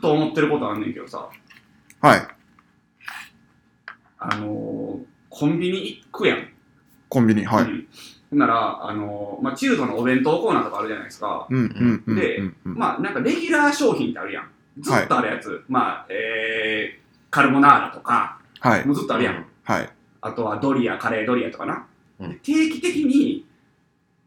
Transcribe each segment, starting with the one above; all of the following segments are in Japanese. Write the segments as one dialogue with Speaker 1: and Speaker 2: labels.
Speaker 1: と思ってることあんねんけどさ、
Speaker 2: はい。
Speaker 1: あのーコンビニ行くやん。
Speaker 2: コンビニ。はい。
Speaker 1: う
Speaker 2: うん
Speaker 1: んほんなら、あのーまあ、中途のお弁当コーナーとかあるじゃないですか。
Speaker 2: うんうん。
Speaker 1: で
Speaker 2: うんうん
Speaker 1: まあ、なんかレギュラー商品ってあるやん。ずっとあるやつ。まあ、えー、カルボナーラとか、
Speaker 2: はい。
Speaker 1: もうずっとあるやん。
Speaker 2: はい。
Speaker 1: あとはドリア、カレードリアとかな。
Speaker 3: うん
Speaker 1: で定期的に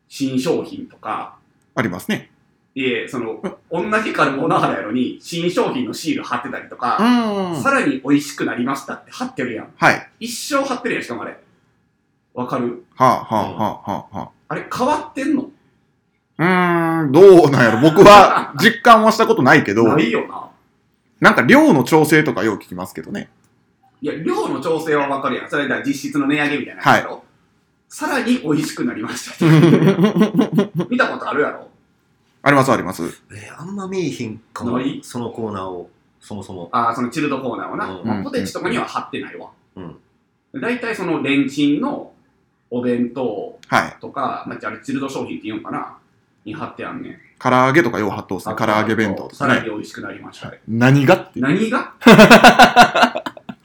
Speaker 1: 新商品とか、
Speaker 2: ありますね。
Speaker 1: いえ、その、同じカルボナーラやのに、新商品のシール貼ってたりと
Speaker 2: うん。
Speaker 1: か、
Speaker 2: は
Speaker 1: さらに美味しくなりましたって貼ってるやん。
Speaker 2: い。は
Speaker 1: 一生貼ってるやん、しかもあれ。わかる
Speaker 2: あはあはあはあはあ。
Speaker 1: あれ変わってんの
Speaker 2: うーん、ど うなんやろ。僕は実感はしたことないけど、
Speaker 1: ないよな。
Speaker 2: なんか量の調整とかよう聞きますけどね。
Speaker 1: いや、量の調整はわかるやん。それだ、実質の値上げみたいなやつやろ。さらに美味しくなりましたって。 見たことあるやろ
Speaker 2: ありますあります。
Speaker 3: えーあんま見えひんかも
Speaker 1: ない
Speaker 3: そのコーナーをそもそも
Speaker 1: ああ、そのチルドコーナーはな。
Speaker 3: うん
Speaker 1: まあポテチとかには貼ってないわ。
Speaker 3: うん
Speaker 1: だいたいそのレンチンのお弁当
Speaker 2: はい。
Speaker 1: とか、まあ、あれチルド商品って言うんかなに貼ってあんねん。
Speaker 2: 唐揚げとかよう発動する。唐揚げ弁当と
Speaker 1: さ
Speaker 2: からね
Speaker 1: に。美味しくなりました。
Speaker 2: 何がっていう
Speaker 1: 何 が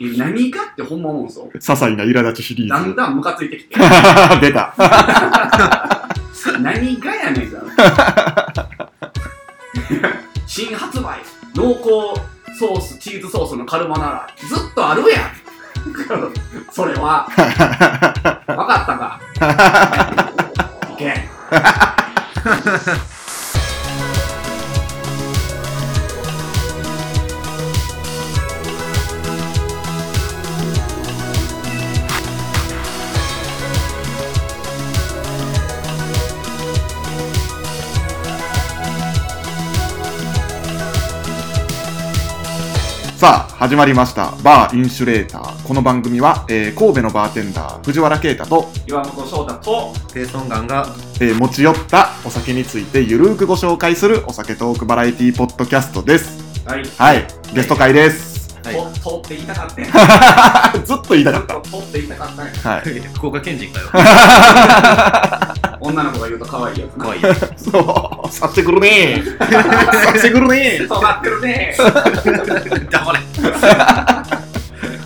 Speaker 1: いや何がってほんま思うんすよ。
Speaker 2: 些細な苛立ちシリ
Speaker 1: だ
Speaker 2: ー
Speaker 1: ん
Speaker 2: ズ。
Speaker 1: だんムカついて きて。
Speaker 2: 出た。
Speaker 1: 何がやねんじゃ ん新発売濃厚ソースチーズソースのカルボナーラずっとあるやんそれは分かったか いけ
Speaker 2: さあ、始まりました。バーインシュレーター。この番組は、えー神戸のバーテンダー、藤原啓太と、
Speaker 1: 岩本翔太と
Speaker 3: ペーソンガン が
Speaker 2: えー持ち寄ったお酒についてゆるーくご紹介するお酒トークバラエティポッドキャストです。
Speaker 1: はい、
Speaker 2: はい。ゲスト会です。
Speaker 3: はい
Speaker 1: ととって言いたかった んや
Speaker 2: ずっと言いたかっ
Speaker 1: ととって言いたかったんや
Speaker 2: た。はい。
Speaker 3: 福岡県人かよ
Speaker 1: 女の子が言うと可愛いやつな
Speaker 3: 可愛い
Speaker 2: そう、さってくるねー。さってくるねー。
Speaker 1: 尖ってるね
Speaker 3: 黙れ
Speaker 2: は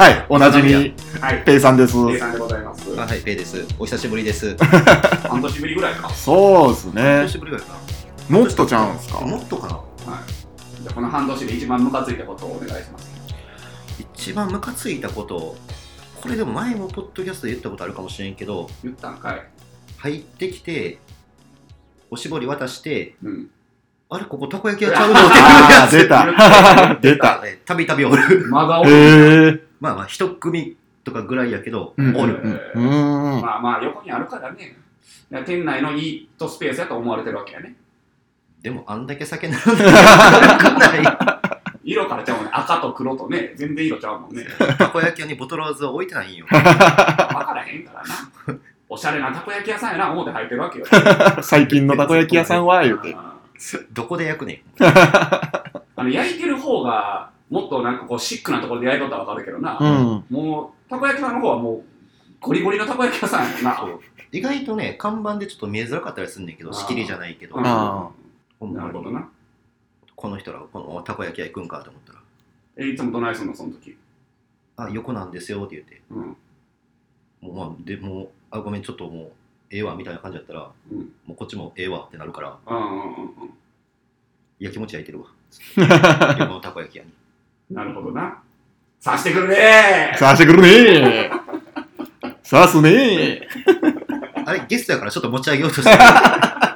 Speaker 2: い、おなじみ、
Speaker 1: はい
Speaker 2: ペイさんです。
Speaker 1: A さんでございます
Speaker 3: あはいペイですお久しぶりです
Speaker 1: 半年ぶりぐらいか
Speaker 2: そうです
Speaker 3: お
Speaker 2: ね。
Speaker 3: しぶりだよな
Speaker 2: もっとちゃうん すか
Speaker 3: もっとかな
Speaker 1: じゃあこの半年で一番ムカついたことをお願いします
Speaker 3: 一番ムカついたことこれでも前もポッドキャストで言ったことあるかもしれんけど
Speaker 1: 言ったんかい
Speaker 3: 入ってきておしぼり渡して
Speaker 1: うん
Speaker 3: あれここたこ焼き屋ちゃ うのって言うや
Speaker 2: あ ー
Speaker 3: つ
Speaker 2: 出た出た。
Speaker 3: えたびたびおる
Speaker 1: 真顔
Speaker 2: へー。
Speaker 3: まあまあ一組とかぐらいやけど、
Speaker 2: うんう
Speaker 3: お
Speaker 2: ん
Speaker 3: る
Speaker 2: うん。うーん。
Speaker 1: まあまあ横にあるからねいや店内のイートスペースやと思われてるわけやね
Speaker 3: でもあ んだけ酒飲んでない
Speaker 1: 色からちゃうもんね赤と黒とね全然色ちゃうもんね
Speaker 3: たこ焼き屋にボトルズは置いてない んよ
Speaker 1: 分からへんからなおしゃれなたこ焼き屋さんやな思うて入ってるわけよ
Speaker 2: 最近のたこ焼き屋さんは、言うて。
Speaker 3: どこで焼くね
Speaker 1: あの焼いてる方がもっとなんかこうシックなところで焼いとったら分かるけどな、
Speaker 2: うん。
Speaker 1: もうたこ焼きさんの方はもうゴリゴリのたこ焼き屋さんやもん
Speaker 3: ん
Speaker 1: な
Speaker 3: そう意外とね看板でちょっと見えづらかったりするんだけど
Speaker 1: あー
Speaker 3: 仕切りじゃないけど
Speaker 1: うん
Speaker 2: あ
Speaker 3: ほん
Speaker 1: な
Speaker 3: ま
Speaker 1: るほど
Speaker 3: に
Speaker 1: な
Speaker 3: この人らこのままたこ焼き屋行くんかと思ったら
Speaker 1: えいつもどないすんのその時
Speaker 3: あ横なんですよって言って
Speaker 1: うん
Speaker 3: もうまあでもうあごめんちょっともうええわみたいな感じだったら、
Speaker 1: うん
Speaker 3: もうこっちもええわってなるから
Speaker 1: うんうんうんうん
Speaker 3: 焼きもち焼い てるわ横のたこ焼き屋に
Speaker 1: なるほどな。さしてくるねー
Speaker 2: さしてくる ねー。さすね
Speaker 3: あれゲストやからちょっと持ち上げようとしてる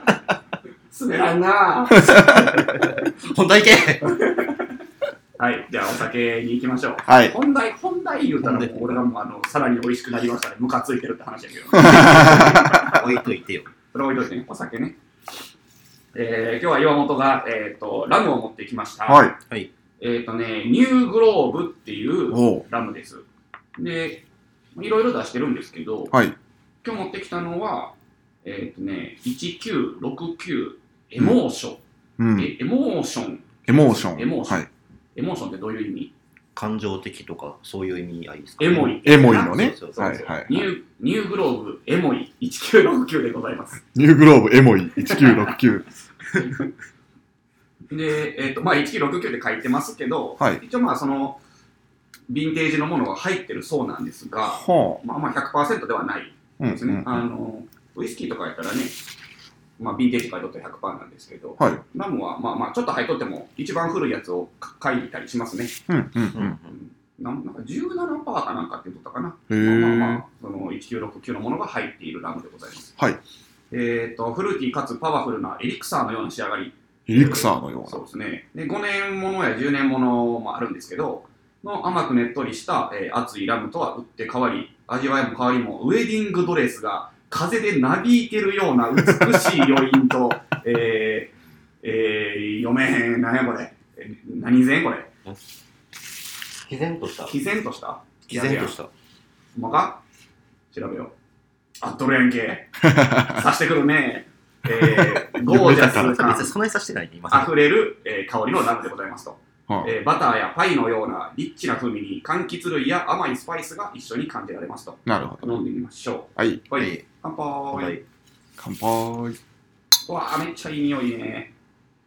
Speaker 1: 滑らんな
Speaker 3: 本題行け
Speaker 1: はい、じゃあお酒に行きましょう。
Speaker 2: はい
Speaker 1: 本題、本題言うたら、も
Speaker 3: 本
Speaker 1: う
Speaker 3: 題
Speaker 1: 俺がもうあの、さらに美味しくなりましたね。ムカついてるって話やけど。
Speaker 3: 置いといてよ
Speaker 1: それ置いといてね、お酒ね。えー、今日は岩本が、えっ、と、ラムを持ってきました。
Speaker 2: ー。はい。
Speaker 1: えっ、とね、ニューグローブっていう
Speaker 2: おう。
Speaker 1: ラムです。で、いろいろ出してるんですけど、
Speaker 2: はい。
Speaker 1: 今日持ってきたのは、えっ、とね、1969エモーション。
Speaker 2: うん。
Speaker 1: えエモーション
Speaker 2: エモーション。
Speaker 1: エモーション
Speaker 2: はい。
Speaker 1: エモーションってどういう意味
Speaker 3: 感情的とかそういう意味合いですか、
Speaker 1: エモい。
Speaker 2: エモいのね
Speaker 3: そうそう。そう
Speaker 2: はいはい。
Speaker 1: ニューニューグローブエモい1969でございます。
Speaker 2: ニューグローブエモい1969。
Speaker 1: で、えっ、と、まあ、1969で書いてますけど、
Speaker 2: はい
Speaker 1: 一応まあ、その、ヴィンテージのものが入ってるそうなんですが、
Speaker 2: は
Speaker 1: まあまあ100%ではない
Speaker 2: あ。うん
Speaker 1: ですね。
Speaker 2: うん
Speaker 1: あの、ウイスキーとかやったらね、まあ、ヴィンテージ買い取ったら100%なんですけど、
Speaker 2: はい。
Speaker 1: ラムはまあまあ、ちょっと入っとっても、一番古いやつを買いたりしますね。
Speaker 2: うんう
Speaker 3: うん
Speaker 1: なんなんか17%かなんかって言っとったかな。
Speaker 2: うん。
Speaker 1: まあ
Speaker 2: へ
Speaker 1: ま
Speaker 2: え
Speaker 1: あ。、その1969のものが入っているラムでございます。
Speaker 2: はい。
Speaker 1: えっ、と、フルーティーかつパワフルなエリクサーのような仕上がり。
Speaker 2: エリクサーのよう
Speaker 1: そ
Speaker 2: な。
Speaker 1: うですね。で、5年ものや10年ものもあるんですけど、の甘くねっとりした、えー熱いラムとは打って変わり、味わいも変わりも、ウェディングドレスが風でなびいてるような美しい余韻と、 えー、えー、読めへん、なんやこれ。え何前これ。
Speaker 3: 毅然とした。
Speaker 1: 毅然とした
Speaker 3: 毅然とした。
Speaker 1: ほんまか調べよう。あっとるやん け。さしてくるね。えー、ゴージャス
Speaker 3: 別に
Speaker 1: 感
Speaker 3: そんなにさしてないで、今。
Speaker 1: あふれる、えー香りのラムでございますと、
Speaker 2: は
Speaker 1: えーバターやパイのようなリッチな風味に柑橘類や甘いスパイスが一緒に感じられますと。
Speaker 2: あ。なるほど。
Speaker 1: 飲んでみましょ
Speaker 2: はい。
Speaker 1: う。はい。
Speaker 3: い。
Speaker 1: 乾杯。
Speaker 2: 乾杯。
Speaker 1: うわあめっちゃいい匂いね。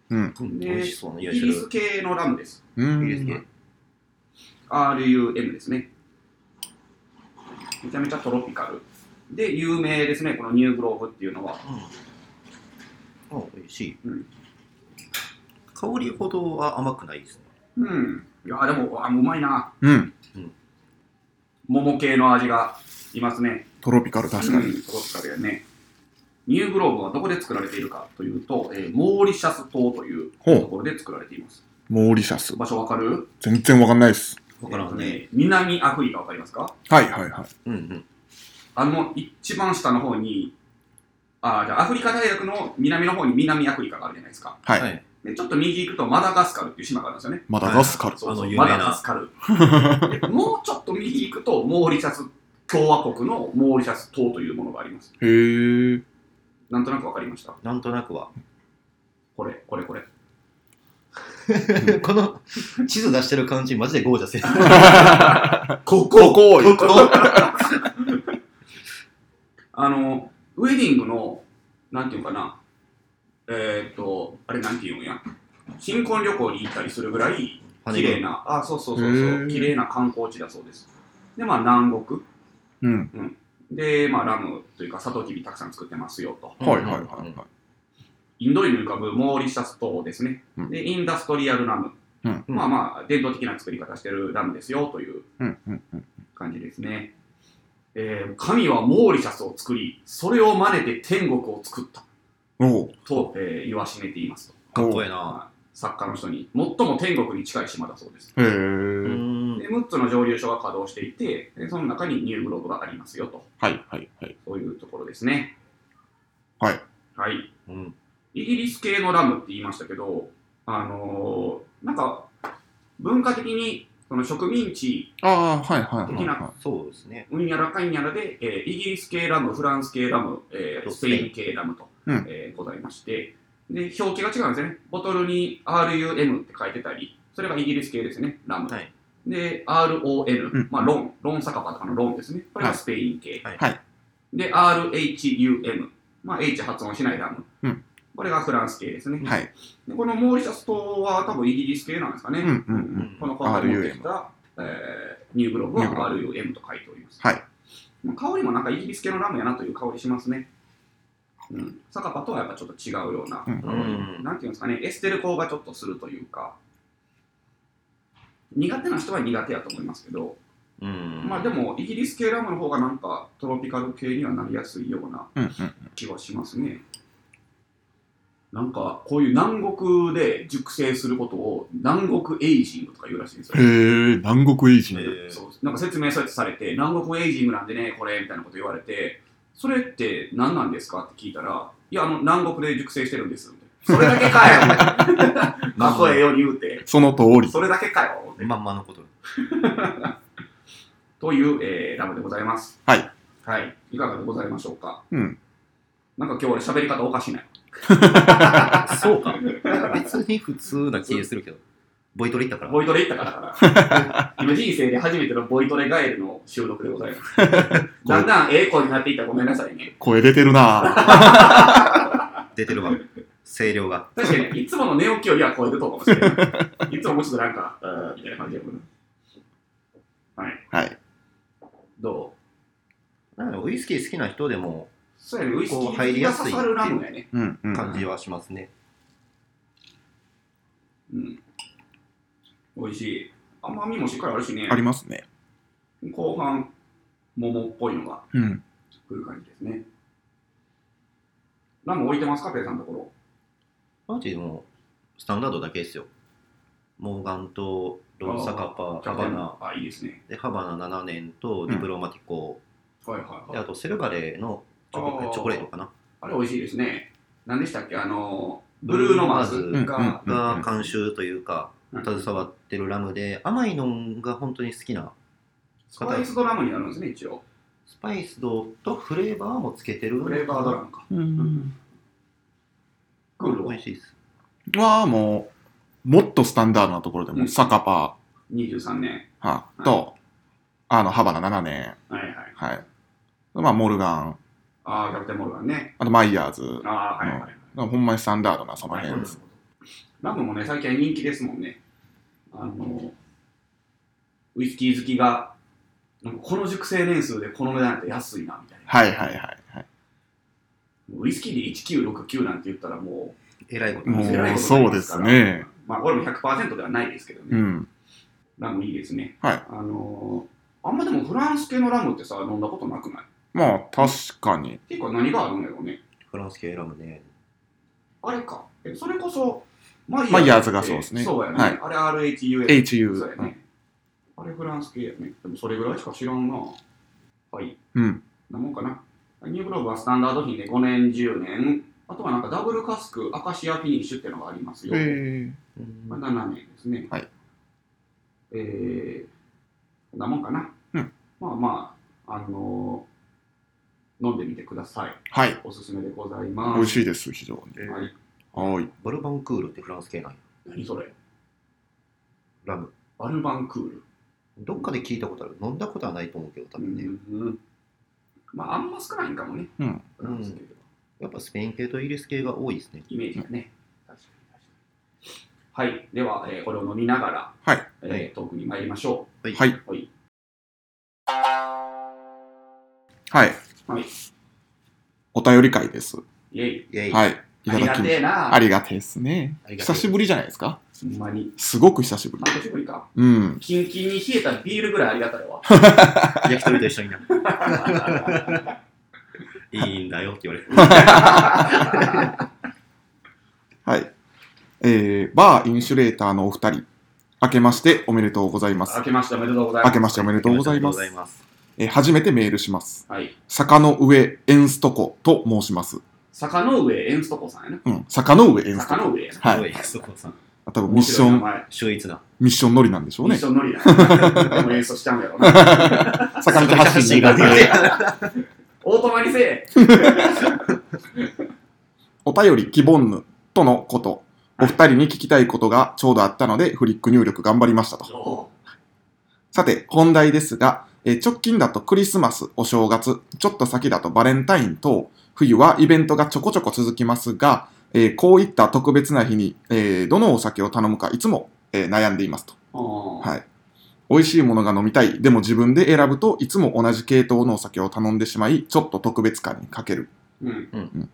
Speaker 2: うん。
Speaker 3: うん
Speaker 1: ね
Speaker 3: 美味しそうな
Speaker 1: イ
Speaker 3: 匂い
Speaker 1: ギ
Speaker 3: す
Speaker 1: リス
Speaker 3: る。
Speaker 1: 系のラムです。
Speaker 2: う
Speaker 3: イギリス系
Speaker 2: ん。。
Speaker 1: RUM ですね。めちゃめちゃトロピカル。で、有名ですね、このニューグローブっていうのは。
Speaker 3: うん。うん、美味しい。
Speaker 1: うん
Speaker 3: 香りほどは甘くないですね。
Speaker 1: うん。いや、でも、あうまいな。
Speaker 2: うん。
Speaker 1: 桃系の味がいますね。
Speaker 2: トロピカル、確か
Speaker 1: う
Speaker 2: に。
Speaker 1: んトロピカルやね。ニューグローブはどこで作られているかというと、えーモーリシャス島という
Speaker 2: ほう
Speaker 1: ところで作られています。
Speaker 2: モーリシャス。
Speaker 1: 場所わかる
Speaker 2: 全然わかんないです。
Speaker 3: わから
Speaker 1: え
Speaker 3: んね。
Speaker 1: ーと南アフリカわかりますか
Speaker 2: はいはいはい。
Speaker 3: うんうん。
Speaker 1: あの、一番下の方に、あーじゃあアフリカ大学の南の方に南アフリカがあるじゃないですか。
Speaker 2: はい
Speaker 3: い。
Speaker 1: でちょっと右行くとマダガスカルっていう島があるんですよね。
Speaker 2: マダガスカル。
Speaker 1: そうそう
Speaker 3: あの有名
Speaker 1: マ
Speaker 3: な
Speaker 1: ダガスカ ル。でもうちょっと右行くと、モーリシャス共和国のモーリシャス島というものがあります。
Speaker 2: へえ。
Speaker 1: なんとなくわかりました。
Speaker 3: なんとなくは。
Speaker 1: これ、これ、これ。
Speaker 3: この地図出してる感じ、マジでゴージャス や。
Speaker 1: こ
Speaker 2: ここここ
Speaker 1: あの、ウェディングの、なんていうかな、えー、っと、あれなんていうんや、新婚旅行に行ったりするぐらい、綺麗な、あ、そうそうそう
Speaker 2: へ
Speaker 1: そう、
Speaker 2: ー
Speaker 1: 綺麗な観光地だそうです。で、まあ、南国。
Speaker 2: うん。
Speaker 1: で、まあ、ラムというか、サトウキビたくさん作ってますよと。
Speaker 2: はいはいはいは
Speaker 1: インドに浮かぶモーリシャス島ですね。
Speaker 2: うん
Speaker 1: で、インダストリアルラム。
Speaker 2: うん
Speaker 1: まあまあ、伝統的な作り方してるラムですよという
Speaker 2: い。うんうんうん。
Speaker 1: 感じですね。えー神はモーリシャスを作り、それを真似て天国を作った
Speaker 2: おう。
Speaker 1: と、えー言わしめていますと。
Speaker 3: かっこええな。
Speaker 1: まあ作家の人に、最も天国に近い島だそうです。
Speaker 2: へ
Speaker 3: う
Speaker 2: え。
Speaker 3: ん。
Speaker 1: で、6つの蒸留所が稼働していて、でその中にニューグローブがありますよと。
Speaker 2: はいはいはい。
Speaker 1: そういうところですね。
Speaker 2: はい。
Speaker 1: はい。
Speaker 3: うん。
Speaker 1: イギリス系のラムって言いましたけど、あのーなんか、文化的に、その植民地、
Speaker 2: ああ、はいはいはいは
Speaker 3: そうですね。
Speaker 1: うんやらかんやらで、えーイギリス系ラム、フランス系ラム、えースペイン系ラムと、
Speaker 2: うん
Speaker 1: えーございまして、で、表記が違うんですね。ボトルに RUM って書いてたり、それがイギリス系ですね、ラム。
Speaker 3: はい
Speaker 1: で、RON、
Speaker 2: うん
Speaker 1: まあ、ロン、ロン酒場とかのロンですね。これがスペイン系。
Speaker 3: はい
Speaker 2: はい
Speaker 1: で、RHUM、まあ、H 発音しないラム。
Speaker 2: うん
Speaker 1: これがフランス系ですね。
Speaker 2: い。はい。
Speaker 1: でこのモーリシャス島は多分イギリス系なんですかね。
Speaker 2: うんうんうん。
Speaker 1: この今回持ってきた、えーニューグローブは
Speaker 2: ニュー
Speaker 1: RUM と書いております。
Speaker 2: はい。
Speaker 1: まあ、香りもなんかイギリス系のラムやなという香りしますね。うん。サカパとはやっぱちょっと違うような香り。
Speaker 3: うん
Speaker 1: なんていうんですかね、エステル香がちょっとするというか、苦手な人は苦手やと思いますけど、
Speaker 3: うん。
Speaker 1: まあでもイギリス系ラムの方がなんかトロピカル系にはなりやすいような
Speaker 2: うんうん。
Speaker 1: 気はしますね。なんかこういう南国で熟成することを南国エイジングとか言うらしいんですよ。
Speaker 2: へえ、南国エイジング。
Speaker 3: えー
Speaker 1: そうなんか説明そうやってされて、南国エイジングなんでね、これみたいなこと言われて、それって何なんですかって聞いたら、いや、あの南国で熟成してるんですみたいなそれだけかよ、かっこええように言うて、
Speaker 2: その通り。
Speaker 1: それだけかよって
Speaker 3: まんまのこと。
Speaker 1: という、えーラムでございます。
Speaker 2: はい。
Speaker 1: はい。いかがでございましょうか。
Speaker 2: うん。
Speaker 1: なんか今日俺喋り方おかしない。
Speaker 3: そうか。別に普通な気がするけど。ボイトレ行ったから。
Speaker 1: ボイトレ行ったからかな。今人生で初めてのボイトレガエルの収録でございます。だんだんええ子になっていったらごめんなさいね。
Speaker 2: 声出てるなぁ。
Speaker 3: 出てるわ。声量が。
Speaker 1: 確かにね、いつもの寝起きよりは超えると思うかもしれない。いつももうちょっとなんか、
Speaker 3: うん
Speaker 1: みたいな感じやもんな。はい。
Speaker 2: はい。
Speaker 1: どう
Speaker 3: なんかウイスキー好きな人でも
Speaker 1: そうやね、ウイスキ
Speaker 3: こう入
Speaker 1: ー
Speaker 3: り
Speaker 1: が
Speaker 3: やすい
Speaker 1: 刺さるラムやね。
Speaker 2: うんうん。
Speaker 3: 感じはしますね。
Speaker 1: うん。美味しい。甘みもしっかりあるしね
Speaker 2: あ。りますね。
Speaker 1: 後半、桃っぽいのが
Speaker 2: うん。
Speaker 1: 来る感じですね。ラム置いてますか、ペイさんのとこ
Speaker 3: マジでもうスタンダードだけですよ。モーガンとロンサカパ
Speaker 1: ろ。
Speaker 3: ー、ハバナ、
Speaker 1: あ、いいですね。
Speaker 3: でハバナ7年と
Speaker 2: ん
Speaker 3: ディプロマティコ、
Speaker 1: はいはい
Speaker 3: で
Speaker 1: は
Speaker 3: あ
Speaker 1: い。
Speaker 3: とセルガレーのチョ
Speaker 1: あー
Speaker 3: コチョコレートかな、
Speaker 1: あれ美味しいですね。何でしたっけあの、ブルーノマーズが、
Speaker 2: うんうん
Speaker 3: が監修というか、
Speaker 1: うん
Speaker 3: 携わってるラムで、甘いのが本当に好きな、
Speaker 1: スパイスドラムになるんですね、一応。
Speaker 3: スパイスととフレーバーもつけてる
Speaker 1: フレーバードラムか。
Speaker 2: うん。
Speaker 1: クールは
Speaker 3: 美味しいです。
Speaker 2: は、もう、もっとスタンダードなところで
Speaker 1: う
Speaker 2: も、
Speaker 1: ん
Speaker 2: サカパ
Speaker 1: 23年。
Speaker 2: ー、はい、と、あの、ハバナ7年、
Speaker 1: はいはい。
Speaker 2: はい。まあ、モルガン、
Speaker 1: ああ、キャプテンモルガンね。
Speaker 2: あと、マイヤーズ、
Speaker 1: ああ、はいはいはい。
Speaker 2: ほんまにスタンダードな、その
Speaker 1: はい
Speaker 2: 辺。
Speaker 1: ラムもね、最近は人気ですもんね。あの、ウイスキー好きが、なんかこの熟成年数でこの値段って安いな、みたいな。
Speaker 2: はいはいはいはい。
Speaker 1: ウイスキーで1969なんて言ったらも
Speaker 3: えらいこと
Speaker 1: う、
Speaker 2: も
Speaker 3: です
Speaker 1: えらい
Speaker 2: もう、
Speaker 1: ことに
Speaker 2: そ
Speaker 1: な
Speaker 2: う
Speaker 1: り
Speaker 2: で
Speaker 1: ます
Speaker 2: す
Speaker 1: から
Speaker 2: ね。
Speaker 1: まあ、これも100%ではないですけどね。
Speaker 2: うん。
Speaker 1: ラムいいですね。
Speaker 2: はい
Speaker 1: あのーあんまでもフランス系のラムってさ、飲んだことなくない
Speaker 2: まあ、確かに。
Speaker 1: っていうか何があるんだろうね。
Speaker 3: フランス系ラムね。
Speaker 1: あれか。えそれこそ、マ
Speaker 2: マイヤーズがそうですね
Speaker 1: そうやね。
Speaker 2: はい
Speaker 1: あれ RHUS。
Speaker 2: HU。
Speaker 1: そうやね。あれフランス系やね。でもそれぐらいしか知らんな。はい。
Speaker 2: うん。
Speaker 1: なもんかな。ニューグローブはスタンダード品で5年、10年。あとはなんかダブルカスク、アカシアフィニッシュっていうのがありますよ。
Speaker 2: え
Speaker 3: うん
Speaker 1: まあ、7年ですね。
Speaker 2: はい。
Speaker 1: えー、こんなもんかな。
Speaker 2: うん
Speaker 1: まあまあ、あのー飲んでみてください。
Speaker 2: はい。
Speaker 1: おすすめでございます。
Speaker 2: 美味し
Speaker 1: い。
Speaker 2: いです、非常に。
Speaker 1: はい。
Speaker 2: はい。
Speaker 3: ボルバンクールってフランス系なんや。
Speaker 1: 何それ
Speaker 3: ラム。
Speaker 1: バルバンクール。
Speaker 3: どっかで聞いたことある。飲んだことはないと思うけど、多分ね。
Speaker 1: うんまあ、あんま少ないんかもね。
Speaker 2: うん。
Speaker 1: なんですけど
Speaker 3: やっぱスペイン系とイギリス系が多いですね。
Speaker 1: イメージがね。確かに確かに。はい。では、えーこれを飲みながら、
Speaker 2: はい
Speaker 1: えートークに参りましょう。
Speaker 3: はい
Speaker 2: はい。
Speaker 1: はい。
Speaker 2: はい。
Speaker 1: はい。
Speaker 2: お便り会です。
Speaker 1: イェイ。
Speaker 3: イェイ
Speaker 2: はい。い
Speaker 1: あ
Speaker 2: た
Speaker 1: り
Speaker 2: だ
Speaker 1: が
Speaker 2: きま
Speaker 1: て
Speaker 2: し
Speaker 1: えな。
Speaker 2: ありがてえですね
Speaker 3: あ。りがてえ
Speaker 2: 久しぶりじゃないですか
Speaker 1: ほんまに。
Speaker 2: すごく久しぶり。
Speaker 1: 半年ぶりか。
Speaker 2: うん。
Speaker 1: キンキンに冷えたビールぐらいありがたいわ。
Speaker 3: 焼き鳥と一 緒にな。いいんだよって言われる。
Speaker 2: はい。えー、バーインシュレーターのお二人、明けましておめでとうございます
Speaker 1: 明。けましておめでとうございます。
Speaker 2: 明けましておめでとうございます。
Speaker 3: ありがとうございます。
Speaker 2: えー初めてメールします。
Speaker 1: はい。
Speaker 2: 坂の上エンストコと申します。
Speaker 1: 坂の上エンストコさんやな。
Speaker 2: うん。坂の上エンスト
Speaker 1: 坂
Speaker 2: コ。
Speaker 1: の上やな。
Speaker 2: はい
Speaker 3: すごい。そこさん。
Speaker 2: 多分ミッション、
Speaker 1: ン。
Speaker 3: 秀逸な。
Speaker 2: ミッション乗りなんでしょう
Speaker 1: ミッ
Speaker 2: ね
Speaker 1: シ。ョン乗りだ な。でも演奏しちゃうんやろ な。
Speaker 2: 坂道発進に行か
Speaker 3: 坂道
Speaker 2: れ
Speaker 3: 発
Speaker 2: て
Speaker 3: 進
Speaker 1: オートマにせえ。
Speaker 2: お便り希望ぬとのこと。お二人に聞きたいことがちょうどあったので、フリック入力頑張りましたと。
Speaker 1: お
Speaker 2: さて、本題ですが、えー直近だとクリスマス、お正月、ちょっと先だとバレンタイン等、冬はイベントがちょこちょこ続きますが、えーこういった特別な日に、えーどのお酒を頼むかいつも、えー悩んでいますと。
Speaker 1: お
Speaker 2: はい。美味しいものが飲みたい。でも自分で選ぶといつも同じ系統のお酒を頼んでしまい、ちょっと特別感に欠ける。
Speaker 1: うん。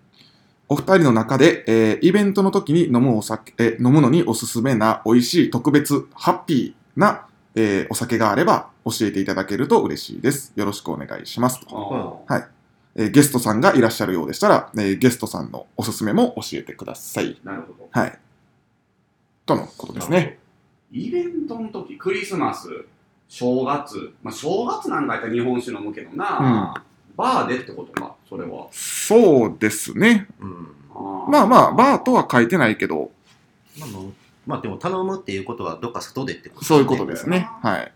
Speaker 2: お二人の中で、えーイベントの時に飲むお酒、えー飲むのにおすすめな美味しい特別ハッピーな、えーお酒があれば教えていただけると嬉しいです。よろしくお願いしますと。
Speaker 1: お
Speaker 2: えーゲストさんがいらっしゃるようでしたら、えーゲストさんのおすすめも教えてください。
Speaker 1: なるほど。
Speaker 2: はい。とのことですね。
Speaker 1: イベントの時、クリスマス、正月、まあ正月なんかやったら日本酒飲むけどな。バーでってことか、それは。
Speaker 2: そうですね。
Speaker 3: うん。
Speaker 2: まあまあ、バーと
Speaker 1: は。
Speaker 2: は書いてないけど、
Speaker 3: まあもう、まあでも頼むっていうことはどっか外でってこと。
Speaker 2: そういうことですすね。はい。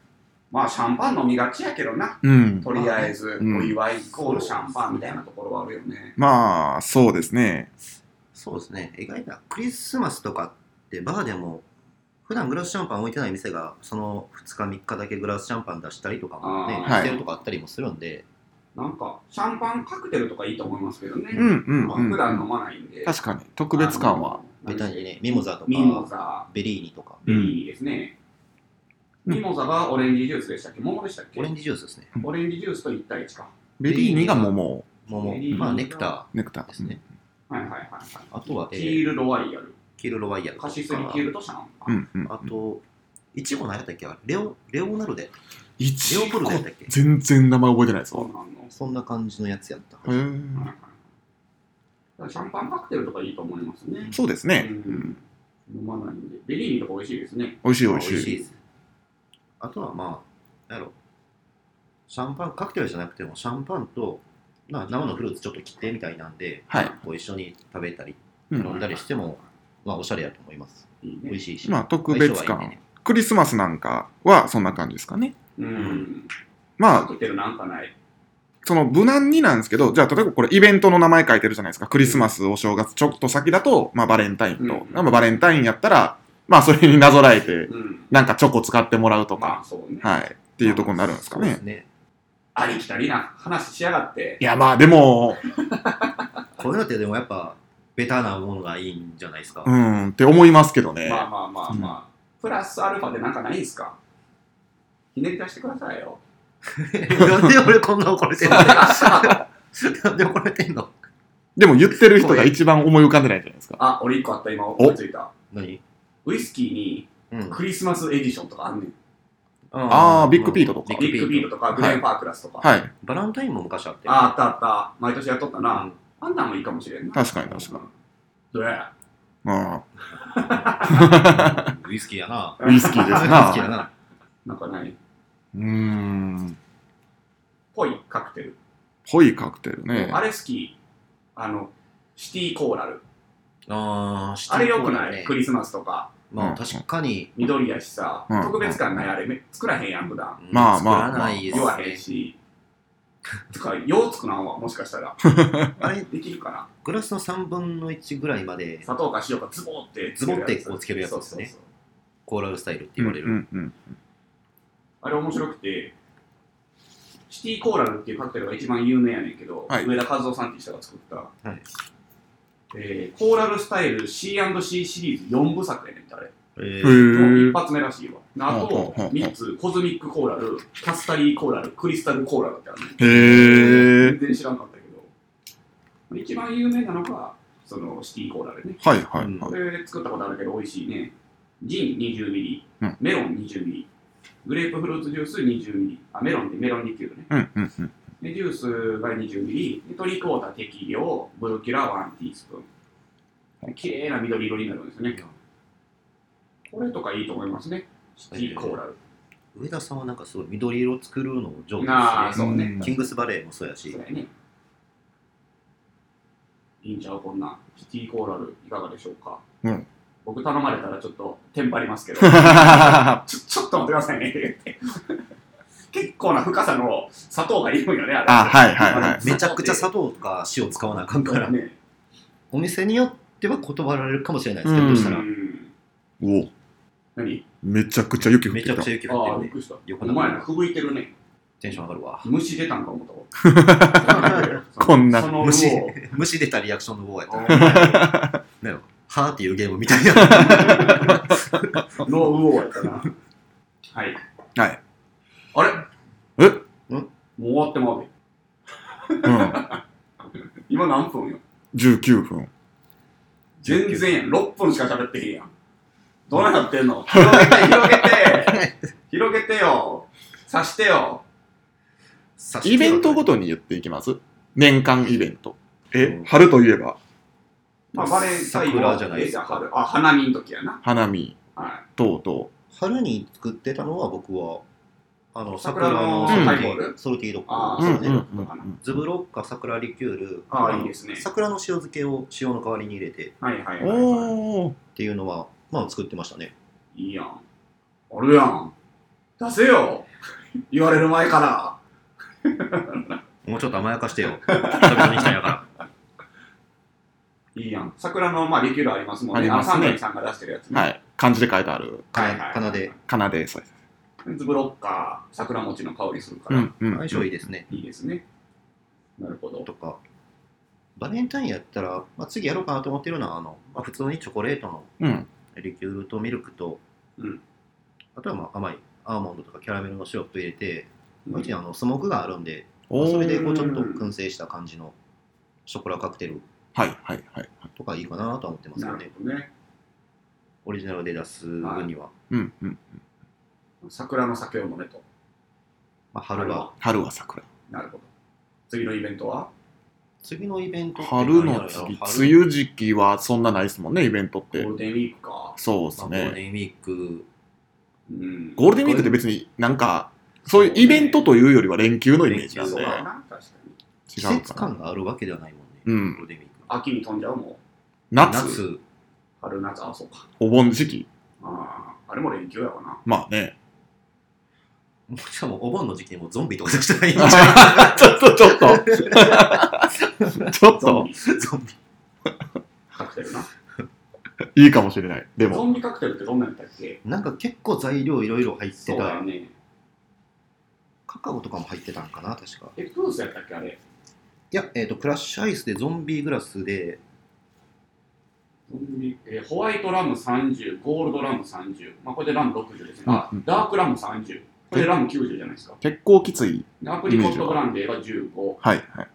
Speaker 1: まあシャンパン飲みがちやけどな。
Speaker 2: うん。
Speaker 1: とりあえず、
Speaker 2: うん
Speaker 1: お祝いイコールシャンパンみたいなところはあるよね。
Speaker 2: まあ、そうですね。
Speaker 3: そうですね。意外なクリスマスとかってバーでも普段グラスシャンパン置いてない店がその2日3日だけグラスシャンパン出したりとかもね
Speaker 1: あ
Speaker 2: ーはい
Speaker 3: してるとかあったりもするんで、
Speaker 1: なんか、シャンパンカクテルとかいいと思いますけどね。
Speaker 2: うんうん
Speaker 1: まあ
Speaker 2: うん
Speaker 1: 普段飲まないんで。
Speaker 2: 確かに特別感は
Speaker 1: あ
Speaker 3: ベ
Speaker 1: の
Speaker 3: タにね、ミモザとか、
Speaker 1: ミモザ、
Speaker 3: ベリーニとか、
Speaker 1: ベリーですね。
Speaker 2: うん
Speaker 1: ミモザがオレンジジュースでしたっけ桃でしたっけ
Speaker 3: オレンジジュースですね。
Speaker 1: オレンジジュースと一対一か。
Speaker 2: ベリーニが桃
Speaker 3: 桃
Speaker 1: ベリー、ニ
Speaker 3: まあ、ネクタ
Speaker 2: ネクター
Speaker 3: ですね。
Speaker 1: はいはいはいはい。
Speaker 3: あとは、え
Speaker 1: キ
Speaker 3: ー
Speaker 1: ールロワイヤル。
Speaker 3: キールロワイヤルとか
Speaker 1: カシスにキールとシャンパ
Speaker 2: う
Speaker 1: ン。
Speaker 2: んうんうん
Speaker 3: あと、いちご何やったっけあれレオレオナルドやったっ
Speaker 2: い
Speaker 3: け
Speaker 2: ち
Speaker 3: レオポル
Speaker 2: ご
Speaker 3: ドやったっけ
Speaker 2: 全然名前覚えてない
Speaker 1: そう
Speaker 2: ぞ
Speaker 1: なの。
Speaker 3: そんな感じのやつやったは
Speaker 2: へ
Speaker 1: は
Speaker 3: ず。
Speaker 1: いはい
Speaker 2: ー
Speaker 1: だからシャンパンカクテルとかいいと思いますね。
Speaker 2: そうですね
Speaker 1: う
Speaker 2: うんん
Speaker 1: 飲まないんで。ベリーニとか美味しいですね。
Speaker 2: 美味しい美
Speaker 3: まあ
Speaker 2: 味しい
Speaker 3: です。あとはまあ、なんやろ、シャンパン、カクテルじゃなくても、シャンパンと、まあ、生のフルーツちょっと切ってみたいなんで、
Speaker 2: はい
Speaker 3: こう一緒に食べたり、
Speaker 2: うん
Speaker 3: 飲んだりしても、まあ、おしゃれやと思います。
Speaker 1: いい
Speaker 3: 美
Speaker 1: ね
Speaker 3: 味。しいし。
Speaker 2: まあ特別
Speaker 3: 相性はいいんで
Speaker 2: 感
Speaker 3: ね
Speaker 2: クリスマスなんかはそんな感じですかね
Speaker 1: うん。カ
Speaker 2: まあ
Speaker 1: クテルなんかない。
Speaker 2: その無難になんですけどじゃあ例えばこれイベントの名前書いてるじゃないですかクリスマスお正月ちょっと先だと、まあ、バレンタインと、
Speaker 1: うん
Speaker 2: まあ、バレンタインやったらまあそれになぞらえて
Speaker 1: うん。
Speaker 2: なんかチョコ使ってもらうと
Speaker 1: ま
Speaker 2: か、
Speaker 1: あそうね。
Speaker 2: はいっていうところになるんですか
Speaker 3: そうで
Speaker 2: ね
Speaker 3: すね。
Speaker 1: ありきたりな話しやがって
Speaker 2: い。やまあでも
Speaker 3: こういうのってでもやっぱ、ベタなものがいいんじゃないですか。
Speaker 2: うんって思いますけどね、
Speaker 1: まあまあまあまあ。プラスアルファでなんかないんすかひねり出してくださいよ。
Speaker 3: なんで俺こんな怒られてんのなんで怒られてんの
Speaker 2: でも言ってる人が一番思い浮かんでないじゃないですか
Speaker 1: あ、俺一個あった、今思いついた。
Speaker 3: 何
Speaker 1: ウイスキーに
Speaker 3: うん。
Speaker 1: クリスマスエディションとかあんねん。
Speaker 2: あービッグピートとか
Speaker 3: ビッ
Speaker 1: ビ
Speaker 3: グ
Speaker 1: ッグ
Speaker 3: ピ
Speaker 1: ビー
Speaker 3: ー
Speaker 1: ル
Speaker 3: ト。
Speaker 1: とかグレーンパークラスとか。あ
Speaker 2: はい
Speaker 3: バランタインも昔あって。
Speaker 1: あったあった。毎年やっとったな。
Speaker 3: う
Speaker 1: あんなんもいいかもしれんな。
Speaker 2: 確かに確か
Speaker 1: に。どれ
Speaker 2: あ
Speaker 3: んウイスキーやな。
Speaker 2: あウイスキーで
Speaker 3: ウイ
Speaker 2: す
Speaker 3: スキーや
Speaker 2: な
Speaker 3: な。
Speaker 1: なんかない。
Speaker 2: うん
Speaker 1: ぽいカクテル。
Speaker 2: ぽいカクテルね
Speaker 1: あれ好き。あの、シティコーラル。
Speaker 3: あーシテ
Speaker 1: あれ
Speaker 3: ィコ
Speaker 1: よ
Speaker 3: ー
Speaker 1: く
Speaker 3: ラ
Speaker 1: な
Speaker 3: ル
Speaker 1: い、
Speaker 3: ね
Speaker 1: クリスマスとか。
Speaker 2: う
Speaker 3: まあ
Speaker 2: ん
Speaker 3: 確かに、
Speaker 1: 緑やしさ。
Speaker 2: うん
Speaker 1: 特別感ないあれ、め作らへんやん、普段。
Speaker 3: うん
Speaker 2: まあまあ
Speaker 3: 作らないで
Speaker 1: 言わへん
Speaker 3: すね。
Speaker 1: し。つか、よう作らんわ、もしかしたら。
Speaker 3: あれ、
Speaker 1: できるか な。
Speaker 3: グラスの3分の1ぐらいまで
Speaker 1: 砂糖か塩かズボーって
Speaker 3: ズボってこうつけるやつ
Speaker 1: そう
Speaker 3: です
Speaker 1: そう
Speaker 3: ね
Speaker 1: そう
Speaker 3: コーラルスタイルって言われ
Speaker 2: う
Speaker 3: る。
Speaker 2: んうん
Speaker 1: あれ面白くてシティコーラルっていうカクテルが一番有名やねんけど、
Speaker 2: はい
Speaker 1: 上田和夫さんっていう人が作った、
Speaker 3: はい
Speaker 1: えーコーラルスタイル C&C シリーズ4部作やねんってあれ
Speaker 3: え
Speaker 2: うん
Speaker 3: ー
Speaker 1: 一
Speaker 2: へえ
Speaker 1: 発目らしいわあ
Speaker 2: ほうほ
Speaker 1: と
Speaker 2: うほう
Speaker 1: 3つコズミックコーラルカスタリーコーラルクリスタルコーラルってあるね
Speaker 2: へえ
Speaker 1: 全然知らなかったけど一番有名なのがそのシティコーラルね
Speaker 2: はいはいはい、
Speaker 1: これ作ったことあるけど美味しいね。ジン20ミリ
Speaker 2: うん、
Speaker 1: メロン20ミリ、グレープフルーツジュース20ミリ、あ、メロンってメロン2級ね。
Speaker 2: うんうんうん
Speaker 1: で、ジュースが20ミリ、でトリクォーター適量、ブルキュラ1ティースプーン。で綺麗な緑色になるんですよね。これとかいいと思いますね。シティコーラル。
Speaker 3: 上田さんはなんかすごい緑色を作るのを上手
Speaker 1: ああ、
Speaker 3: です
Speaker 1: そ
Speaker 3: ね。
Speaker 1: うね
Speaker 2: うん。
Speaker 3: キングスバレーもそうやし
Speaker 1: そう、やね。いいんちゃうこんなん。シティコーラルいかがでしょうか。
Speaker 2: うん
Speaker 1: 僕頼まれたらちょっとテンパり ますけど。
Speaker 2: は
Speaker 1: ちょちょっと待ってくださいね。結構な深さの砂糖がいるんよね、あれ。
Speaker 2: あはいはいはい
Speaker 3: めちゃくちゃ砂糖とか塩使わなあかんから、
Speaker 1: ね。
Speaker 3: お店によっては断られるかもしれないです
Speaker 2: う
Speaker 3: けど、
Speaker 2: ん
Speaker 3: どうし
Speaker 1: う
Speaker 3: たら。
Speaker 1: ん。
Speaker 2: お
Speaker 1: 何
Speaker 2: めちゃくちゃ雪降って
Speaker 3: め
Speaker 2: き
Speaker 3: ちゃ
Speaker 2: た
Speaker 3: くちゃ雪
Speaker 1: あ
Speaker 3: 降
Speaker 1: あ、
Speaker 3: っ
Speaker 1: び
Speaker 3: て
Speaker 1: っく
Speaker 3: る
Speaker 1: り
Speaker 3: ね。
Speaker 1: した。
Speaker 3: 横
Speaker 1: お
Speaker 3: 並び
Speaker 1: 前ら、ふぶいてるね。
Speaker 3: テンション上がるわ。
Speaker 1: 虫出たんか思ったわ
Speaker 2: こんな
Speaker 1: その
Speaker 3: 虫
Speaker 1: その、
Speaker 3: 虫出たリアクションの方やった
Speaker 1: 魚
Speaker 3: ね。
Speaker 1: を
Speaker 3: なんやろはーっていうゲームみたいな。
Speaker 1: のうおうやったな。はい。
Speaker 2: はい。
Speaker 1: あれ
Speaker 2: え
Speaker 1: もう終わってまうで。
Speaker 2: うん
Speaker 1: 今何分よ。
Speaker 2: 19分
Speaker 1: 全然やん。6分しか喋ってへんやん。どうなってんの広げて、広げて。広げてよ。刺してよ。
Speaker 2: イベントご
Speaker 3: と
Speaker 2: とに言っていきます年間イベント
Speaker 3: う
Speaker 2: え
Speaker 3: ん
Speaker 2: 春といえば
Speaker 1: まあ、バレンタイン
Speaker 3: 桜じゃないですか
Speaker 1: か。春あ、花見の時やな。
Speaker 2: 花見
Speaker 1: はい。
Speaker 2: とうと
Speaker 3: 春に作ってたのは僕は、あの、
Speaker 1: 桜
Speaker 3: 桜
Speaker 1: の
Speaker 3: のソルテ
Speaker 1: ハイボー
Speaker 3: ィ
Speaker 1: ル
Speaker 3: ソルティードッグ
Speaker 1: あー
Speaker 2: ううん
Speaker 3: そう
Speaker 2: う
Speaker 3: ね
Speaker 2: ん
Speaker 1: そうね
Speaker 2: うんうん
Speaker 3: ズブロッカ、桜リキュール、
Speaker 1: ああ、い
Speaker 3: の
Speaker 1: いですね。
Speaker 3: 桜の塩漬けを塩の代わりに入れてっ
Speaker 1: はいはいはい、は
Speaker 2: おお
Speaker 3: ていうのは、まあ作ってましたね。
Speaker 1: い。いいやん。あるやん。出せよ。言われる前から。
Speaker 3: もうちょっと甘やかしてよ。久々に来たんやから。
Speaker 1: いいやん。桜の、まあ、リキュールありますもんね。
Speaker 2: あります
Speaker 1: の
Speaker 2: ね
Speaker 1: サンドリーさんが出してるやつね。
Speaker 2: はい漢字で書いてある
Speaker 1: はいはい
Speaker 3: かなかなで。
Speaker 2: かなでそうです
Speaker 1: ズブロッカー、桜餅の香りするか
Speaker 2: う
Speaker 1: ら、
Speaker 2: んうん
Speaker 3: 相性いいですね。
Speaker 1: いいですね。なるほど。
Speaker 3: とか、バレンタインやったら、まあ、次やろうかなと思ってるのは、あのまあ、普通にチョコレートの
Speaker 2: うん。
Speaker 3: リキュールとミルクと、
Speaker 1: うん
Speaker 3: あとはまあ甘いアーモンドとかキャラメルのシロップ入れて、
Speaker 1: う
Speaker 3: うちにあのスモークがあるんで、ま
Speaker 2: お
Speaker 3: あ
Speaker 2: ー
Speaker 3: それでこうちょっと燻製した感じのショコラカクテル
Speaker 2: はいはいはい。
Speaker 3: とかいいかなとは思ってます
Speaker 1: な
Speaker 3: の
Speaker 1: る
Speaker 3: で、
Speaker 1: ほどね。
Speaker 3: オリジナルで出す分には、
Speaker 2: うんうん。
Speaker 1: 桜の酒を飲めと。
Speaker 3: まあ、春は、
Speaker 2: 春は桜。
Speaker 1: なるほど。次のイベントは
Speaker 3: 次のイベントって
Speaker 2: 春
Speaker 3: 何や
Speaker 2: の
Speaker 3: ろ
Speaker 2: 次、
Speaker 3: 春
Speaker 2: 梅雨時期はそんなないですもんね、イベントっ
Speaker 1: ゴ
Speaker 2: て
Speaker 1: ー。ルデンウィークか。
Speaker 2: そうで
Speaker 3: まあ
Speaker 2: す
Speaker 3: ゴール
Speaker 2: ね。
Speaker 3: デンウィーク、
Speaker 1: うん。
Speaker 2: ゴールデンウィークって別になんか、そういうイベントというよりは連休のイメージ
Speaker 1: いや
Speaker 2: なん
Speaker 1: そう
Speaker 2: で、
Speaker 1: だな、確かに。
Speaker 3: 季
Speaker 2: 違う
Speaker 3: 節
Speaker 2: かな。
Speaker 3: 感があるわけではないもんね、
Speaker 2: うん
Speaker 3: ゴールデンウィーク。
Speaker 1: 秋に飛んじゃうもん。
Speaker 2: 夏、
Speaker 3: 夏、
Speaker 1: 春夏、あ、そうか。
Speaker 2: お盆時期。
Speaker 1: ああ、あれも連休やわな。
Speaker 2: まあ ね。
Speaker 3: しかもお盆の時期にもうゾンビとか出したらいいん
Speaker 2: ち
Speaker 3: じ
Speaker 2: ょ
Speaker 3: ゃない
Speaker 2: っと、ちょっと。 ちょっ
Speaker 1: ゾン
Speaker 2: と、
Speaker 1: ビ
Speaker 3: ゾンビ。
Speaker 1: カクテルな。
Speaker 2: いいかもしれない。 で
Speaker 1: ゾ
Speaker 2: も、
Speaker 1: ンビカクテルってどんなんやったっけ
Speaker 3: なんか結構材料いろいろ入って
Speaker 1: そうだ
Speaker 3: た
Speaker 1: よ。ね。
Speaker 3: カカオとかも入ってたんかな、確か。
Speaker 1: え、プースやったっけあれ。
Speaker 3: いや、えっ、と、クラッシュアイスでゾンビグラスで、
Speaker 1: ゾンビえーホワイトラム30、ゴールドラム30、まあ、これでラム60ですね、あ
Speaker 2: うんうん
Speaker 1: ダークラム30、これでラム90じゃないですか。
Speaker 2: 結構きつい。
Speaker 1: でアプリコットブランデーが15、
Speaker 2: はいはい。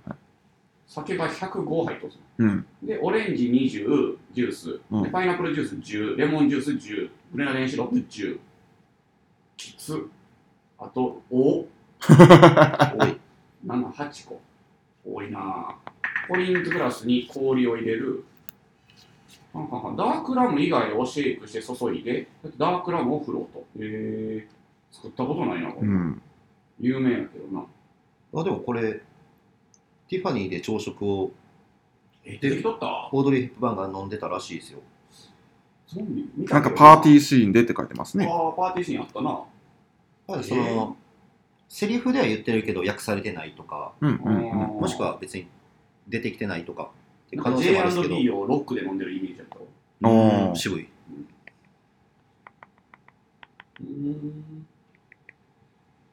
Speaker 1: 酒が105入ってます。
Speaker 2: うん。
Speaker 1: で、オレンジ20、ジュース、
Speaker 2: う
Speaker 1: で
Speaker 2: ん
Speaker 1: パイナップルジュース10、レモンジュース10、グレナデンシロップ10、きつ、あと、 お、
Speaker 3: 多い。
Speaker 1: 7、8個。多いなぁ。コリンズグラスに氷を入れる。はんはんはんダークラム以外をシェイクして注いで、ダークラムを振ろうと。へえー、作ったことないな、こ
Speaker 2: う
Speaker 1: れ。
Speaker 2: ん。
Speaker 1: 有名やけどな。
Speaker 3: あ、でもこれ、ティファニーで朝食を
Speaker 1: え、
Speaker 3: で
Speaker 1: できとった
Speaker 3: オードリー・ヘップバーンが飲んでたらしいですよ。
Speaker 1: ゾンビ見
Speaker 2: な
Speaker 1: た
Speaker 2: ん
Speaker 1: け
Speaker 2: か
Speaker 1: ど
Speaker 2: パーティーシーンでって書いてますね。
Speaker 1: ああ、パーティーシーンあったな。
Speaker 3: ただその、
Speaker 1: えー
Speaker 3: セリフでは言ってるけど訳されてないとか、
Speaker 2: うんうんうん。
Speaker 3: もしくは別に出てきてないとか、って
Speaker 1: なん
Speaker 3: 可
Speaker 1: か
Speaker 3: 能性もあるんですけど
Speaker 1: J&B をロックで飲んでるイメージだったわ
Speaker 2: おー
Speaker 3: うん渋い。
Speaker 1: うーん。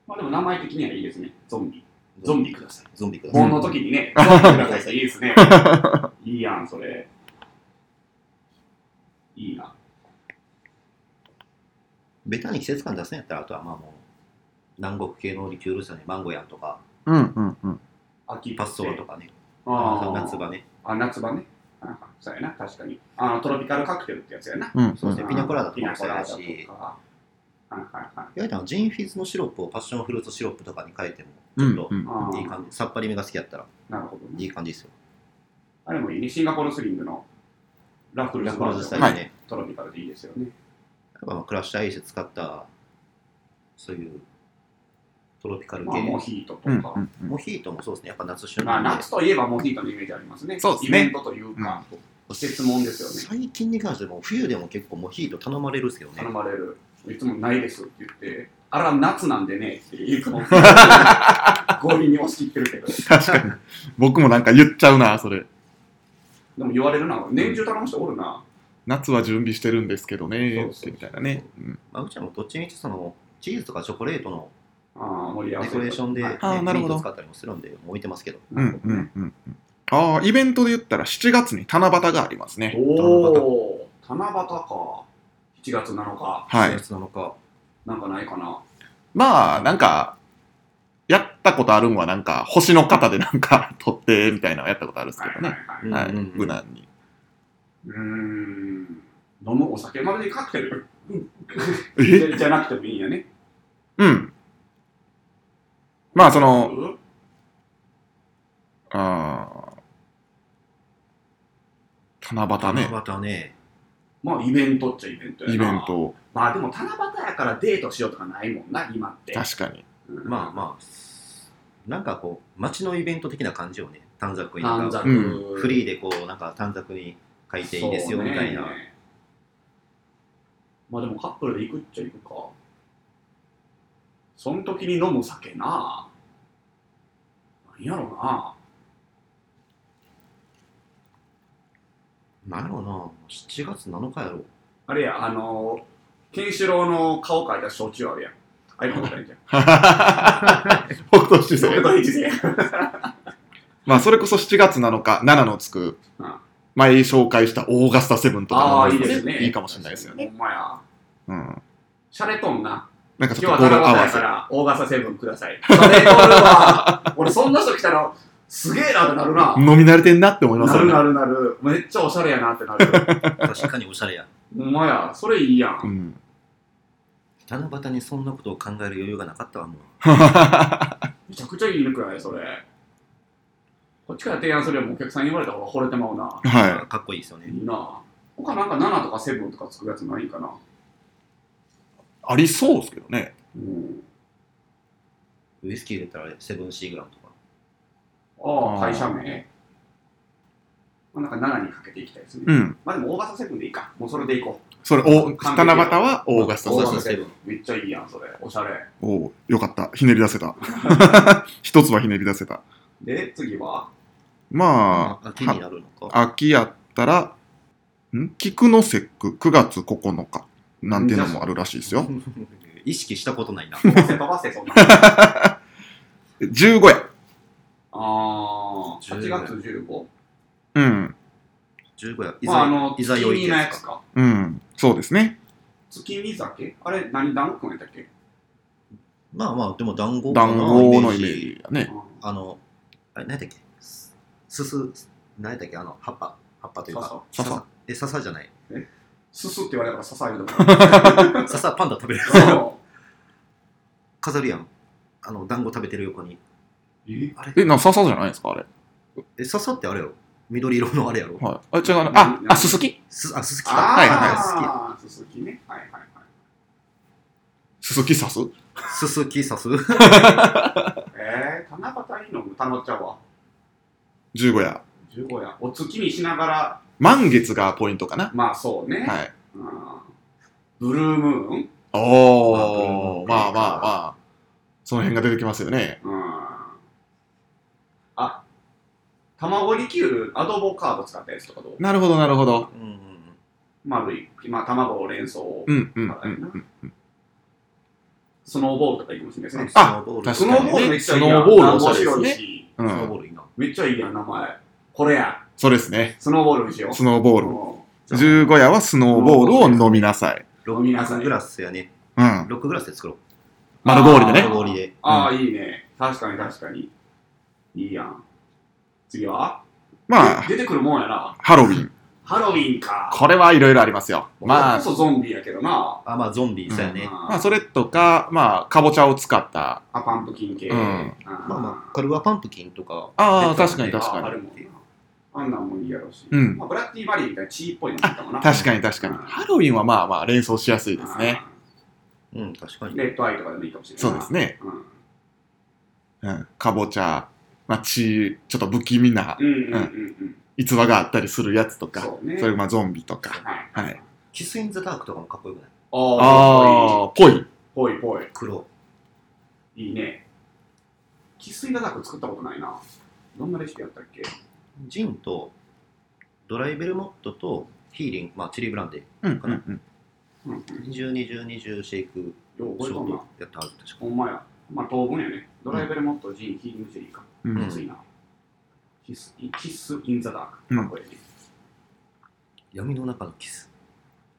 Speaker 1: まあでも名前的にはいいですね。ゾンビ。ゾンビください。
Speaker 3: ゾンビください。
Speaker 1: 盆の時にね、ゾンビくださいっていい ですね。いいやん、それ。いいな。
Speaker 3: ベタに季節感出すんやったら、あとはまあもう、南国系のリキュールですよね。マンゴーやんとか、
Speaker 2: うんうんうん。
Speaker 1: 秋
Speaker 3: パッソーとかね。
Speaker 1: あー
Speaker 3: 夏場ね。
Speaker 1: あ、夏場ね。あそうやな、確かに。あの、トロピカルカクテルってやつやな。
Speaker 2: うん
Speaker 3: そうですね
Speaker 1: ん
Speaker 3: ピナコラダとか
Speaker 1: ピ
Speaker 3: も
Speaker 1: ナコラダと
Speaker 3: そうやし
Speaker 1: か。はいはいはい。
Speaker 3: いわゆるあのジンフィズのシロップをパッションフルーツシロップとかに変えても、
Speaker 2: う
Speaker 3: ち
Speaker 2: ん
Speaker 3: ょっ
Speaker 2: うん。
Speaker 1: あ
Speaker 3: と
Speaker 1: ー
Speaker 3: いい感じ。さっぱりめが好きやったら、
Speaker 1: なるほど
Speaker 3: い
Speaker 1: ね。
Speaker 3: い感じですよ。
Speaker 1: あれもいいね。シンガポールスリングのラフル
Speaker 3: ラ
Speaker 1: ズ
Speaker 3: ク
Speaker 1: バ
Speaker 3: ロ
Speaker 1: ー
Speaker 3: ーズ
Speaker 1: ジ
Speaker 3: ス
Speaker 1: ョ
Speaker 3: タ
Speaker 1: ン
Speaker 2: は
Speaker 3: イル
Speaker 2: い
Speaker 3: ね。
Speaker 1: トロピカルでいいですよね。
Speaker 3: やっぱまあクラッシュアイス使った、そういうトロピカル
Speaker 1: まあ、
Speaker 3: 系。
Speaker 1: モヒートと
Speaker 2: う
Speaker 1: か。
Speaker 2: んうんうん
Speaker 3: モヒートもそうですね。やっぱ夏旬
Speaker 1: ま
Speaker 3: な
Speaker 1: あ、
Speaker 3: んで
Speaker 1: 夏。といえばモヒートのイメージありますね。
Speaker 2: そうですね
Speaker 1: イベントというか、節問ですよね
Speaker 3: 最近に関しても、冬でも結構モヒート頼まれるんですけどね
Speaker 1: 頼。まれる。いつもないですって言って、あら、夏なんでねってい つも強引に押し切ってるけど、
Speaker 2: 確かに。僕もなんか言っちゃうな、それ。
Speaker 1: でも言われるな、年中頼む人おるな。
Speaker 2: 夏は準備してるんですけどね、っ
Speaker 1: そうそうそう
Speaker 2: てみたいなね。うん
Speaker 3: まあ、うちはもうどっちみちその、チーズとかチョコレートの
Speaker 1: ああ、盛り合わ
Speaker 3: デ
Speaker 1: せ。
Speaker 3: コレーションで、
Speaker 1: は
Speaker 3: ね
Speaker 1: い、
Speaker 2: あーなるほど
Speaker 3: ミート使ったりもするんで、もう置いてますけど。
Speaker 2: うんうんうんうん。ああ、イベントで言ったら7月に七夕がありますね。
Speaker 1: おお、七夕か。7月7日、
Speaker 2: は
Speaker 3: 4
Speaker 2: い。
Speaker 3: 月7日。
Speaker 1: なんかないかな。
Speaker 2: まあ、なんか、やったことあるんは、なんか、星の型でなんか撮って、みたいなのやったことあるんです
Speaker 1: は
Speaker 2: け
Speaker 1: い
Speaker 2: ど
Speaker 1: はい
Speaker 2: ね。
Speaker 1: はい。
Speaker 2: は。
Speaker 3: いはいいうんうんうん
Speaker 2: 無難に。
Speaker 1: うーん。飲むお酒まるでカクテル
Speaker 2: え
Speaker 1: じゃなくてもいいんやね。
Speaker 2: うん。まあ、その、
Speaker 1: うん
Speaker 2: あー七夕ね。
Speaker 3: またね、
Speaker 1: まあ、イベントっちゃイベントやな。
Speaker 2: イベン。ト、
Speaker 1: まあ、でも七夕やからデートしようとかないもんな、今って。
Speaker 2: 確かに。
Speaker 1: うん
Speaker 3: まあまあ、なんかこう、街のイベント的な感じをね、短冊に
Speaker 1: 短冊、
Speaker 2: う
Speaker 3: フリー
Speaker 1: ー
Speaker 3: でこう、なんか短冊に書いていいですよみたいな。
Speaker 1: まあでもカップルで行くっちゃ行くかその時に飲む酒な何やろうな
Speaker 3: なんやろうな、7月7日やろ。
Speaker 1: あれやあのケンシロウの顔描いた焼酎あるやんあれ飲んだらいいんじゃん
Speaker 2: 北斗七
Speaker 1: そう
Speaker 2: 星
Speaker 1: いう。ことにして
Speaker 2: まあ、それこそ7月7日、7のつく
Speaker 1: うん、
Speaker 2: 前紹介したオーガスタセブンとか
Speaker 1: あ
Speaker 2: も
Speaker 1: あ、いいですね。
Speaker 2: いいかもしれないですよね。
Speaker 1: ほんまや。
Speaker 2: うん。
Speaker 1: シャレとんな。
Speaker 2: なんかちょ
Speaker 1: 今
Speaker 2: っ
Speaker 1: 日
Speaker 2: と
Speaker 1: は七
Speaker 2: 語呂合
Speaker 1: 夕
Speaker 2: わ
Speaker 1: や
Speaker 2: せ
Speaker 1: か。ら、大傘成分ください。それ俺は、俺そんな人来たら、すげえなってなるな。
Speaker 2: 飲み慣れてんなって思います
Speaker 1: な
Speaker 2: よ
Speaker 1: る
Speaker 2: ね。
Speaker 1: なるなる。めっちゃおしゃれやなってなる。
Speaker 3: 確かにおしゃれや。
Speaker 1: ほんまや、それいいや。
Speaker 2: うんん。
Speaker 3: 七夕にそんなことを考える余裕がなかったわ、もう。
Speaker 1: めちゃくちゃいいくらい、それ。こっちから提案すればもうお客さんに言われた方が惚れてまうな。
Speaker 2: は
Speaker 3: かっこいいですよね。
Speaker 1: いいな。他なんか7とか7とかつくやつないんかな。
Speaker 2: い。ありそうですけどね。
Speaker 1: うん。
Speaker 3: ウイスキー入れたらセブンシーグラムとか。
Speaker 1: ああ、
Speaker 2: あー
Speaker 1: 会社名。まあ、なんか7にかけていきたいですね。
Speaker 2: うん。
Speaker 1: まあでも大型セブンでいいか。もうそれでいこ
Speaker 2: それ、お、七夕はオーガスタ
Speaker 1: オ
Speaker 2: セ
Speaker 1: ー
Speaker 2: ブ
Speaker 1: ガ
Speaker 2: ン
Speaker 1: スタセ
Speaker 3: ブン。
Speaker 1: う。めっちゃいいやん、それ。おしゃれ。
Speaker 2: およかった。ひねり出 せた。一つはひねり出せた。
Speaker 1: で、次は
Speaker 2: ま
Speaker 3: あ
Speaker 2: あ、
Speaker 3: 秋になるのか。
Speaker 2: は秋やったら、ん菊の節句、9月9日。なんていうのもあるらしいですよ。
Speaker 3: 意識したことないな。
Speaker 1: 飛ばせ飛ばせ、そんな。あ
Speaker 2: 15や。
Speaker 1: あ、8月 15?
Speaker 2: うん。
Speaker 3: 15や。
Speaker 1: まあ、あの、
Speaker 3: いざ
Speaker 1: 月
Speaker 3: よい
Speaker 1: 見
Speaker 3: って
Speaker 1: の
Speaker 3: や
Speaker 1: や
Speaker 3: つ
Speaker 1: つ
Speaker 3: か。
Speaker 1: か。
Speaker 2: うん。そうですね。
Speaker 1: 月見酒あれ、何、団子くんやったっけ
Speaker 3: まあまあ、でも団子かな
Speaker 2: 団子のイメー。ジやね。
Speaker 3: あの、あれ、何やったっけすすす、何やったっけあの、葉っぱ。葉っぱというか。
Speaker 2: 笹
Speaker 3: 笹え、笹じゃない。
Speaker 1: すすって言われたから刺されると思う
Speaker 3: 笹パンダ食べ る。
Speaker 1: そ
Speaker 3: 飾るやん。あの、団子食べてる横に。
Speaker 1: う。え
Speaker 3: あ
Speaker 2: え、
Speaker 3: れ
Speaker 2: な、笹じゃないですか、あれ。
Speaker 3: え、笹ってあれやろ緑色のあれやろ
Speaker 2: はい。あ、違うな。あ、あ、すすき
Speaker 3: すあ、すすきか。
Speaker 2: はいはい
Speaker 1: ああ、すすきね。はいはいはい。
Speaker 2: すすき刺す
Speaker 3: すすきさす。
Speaker 1: えー、七夕いいの歌のちゃうわ。
Speaker 2: ?15 や。
Speaker 1: 15や。お月見しながら、
Speaker 2: 満月がポイントかな。
Speaker 1: まあそうね。
Speaker 2: はい。
Speaker 1: うんブルームーン
Speaker 2: おー、ま
Speaker 3: まあ
Speaker 2: あ
Speaker 3: ブルーム
Speaker 2: まあまあ。その辺が出てきますよね。
Speaker 1: うん。あ、卵リキュール、アドボカード使ったやつとかどう
Speaker 2: なるほど、なるほど。
Speaker 3: うんうんうん。
Speaker 1: 丸い、まあ卵を連想
Speaker 2: うん、うん、う
Speaker 1: からや
Speaker 2: ん。
Speaker 1: な。スノーボールとかいいかもしれないですね。
Speaker 2: あ
Speaker 3: スノーボール
Speaker 1: ス
Speaker 2: 確
Speaker 1: ノ
Speaker 2: か
Speaker 1: ー
Speaker 2: に
Speaker 1: ボールめっちゃいいやん。
Speaker 2: スノーボールおしゃれですね
Speaker 1: 面白いし
Speaker 2: う
Speaker 3: スノー
Speaker 2: ん。
Speaker 3: ボールいいな。
Speaker 1: めっちゃいいやん、名前。これや。
Speaker 2: そうですね。
Speaker 1: スノーボールにしよう。
Speaker 2: スノーボール。
Speaker 1: ボ
Speaker 2: 15夜はスノーボールを飲みなさい。
Speaker 1: 飲みなさい
Speaker 3: ロックグラスやね。
Speaker 2: うん。
Speaker 3: ロックグラスで作ろう。
Speaker 2: 丸氷
Speaker 1: あー
Speaker 2: でね。
Speaker 3: 丸氷で。
Speaker 1: ああ、いいね。確かに確かに。いいやん。次は
Speaker 2: まあ、
Speaker 1: で出てくるもんやな。
Speaker 2: ハロウィン。
Speaker 1: ハロウィンか。
Speaker 2: これはいろいろありますよ。ま
Speaker 1: こ
Speaker 2: あ、
Speaker 1: そゾンビやけどな。
Speaker 3: あ、まあ、ゾンビ、そうや
Speaker 1: うん
Speaker 3: ね。
Speaker 2: まあ、それとか、まあ、かぼちゃを使った。
Speaker 1: あ、パンプキン系。
Speaker 2: うん
Speaker 3: まあまあ、カルワパンプキンとか。
Speaker 2: ああ、
Speaker 3: 出て
Speaker 2: 確
Speaker 3: た
Speaker 2: か
Speaker 3: よね
Speaker 2: に確
Speaker 1: ああ
Speaker 2: か
Speaker 1: る
Speaker 2: に。
Speaker 1: もんな。あんなんもいいやろし。
Speaker 2: うん
Speaker 1: まあ、ブラッディバリーみたいな血っぽいのもいいかもな。
Speaker 2: 確かに確かに。
Speaker 1: うん
Speaker 2: ハロウィンはまあまあ連想しやすいですね。
Speaker 3: うん、確か
Speaker 1: うん。
Speaker 3: に。
Speaker 1: レッドアイとかでもいいかもしれない。
Speaker 2: そうです。ね。
Speaker 1: うん。
Speaker 2: うん。かぼちゃ、まあ、血、ちょっと不気味な
Speaker 1: うんうんうんうん。
Speaker 2: 逸話があったりするやつとか、
Speaker 1: そうね
Speaker 2: それまあゾンビとか。
Speaker 1: はい。
Speaker 2: はい。
Speaker 3: キスインザダークとかもかっこよくない
Speaker 1: ああ、
Speaker 2: ああ、ぽい。
Speaker 1: ぽいぽい。
Speaker 3: 黒。
Speaker 1: いいね。喫水がなく作ったことないな。どんなレシピやったっけ
Speaker 3: ジンと、ドライベルモットと、ヒーリング、まあ、チリブランデー。
Speaker 2: うん、うん、うん。
Speaker 1: うんうん。
Speaker 3: 20、20、20シェイク、
Speaker 1: よう
Speaker 3: シ
Speaker 1: 覚え
Speaker 3: ョ
Speaker 1: と
Speaker 3: ー
Speaker 1: んな
Speaker 3: ト。やったはず、確か
Speaker 1: ほんまや。まあ当分やね。ドライベルモット、ジン、ヒーリングジェリーか。
Speaker 2: う
Speaker 3: うんん
Speaker 1: 熱いな。キス、キスインザダーク。
Speaker 2: うん
Speaker 1: かっこいい。
Speaker 3: 闇の中のキス。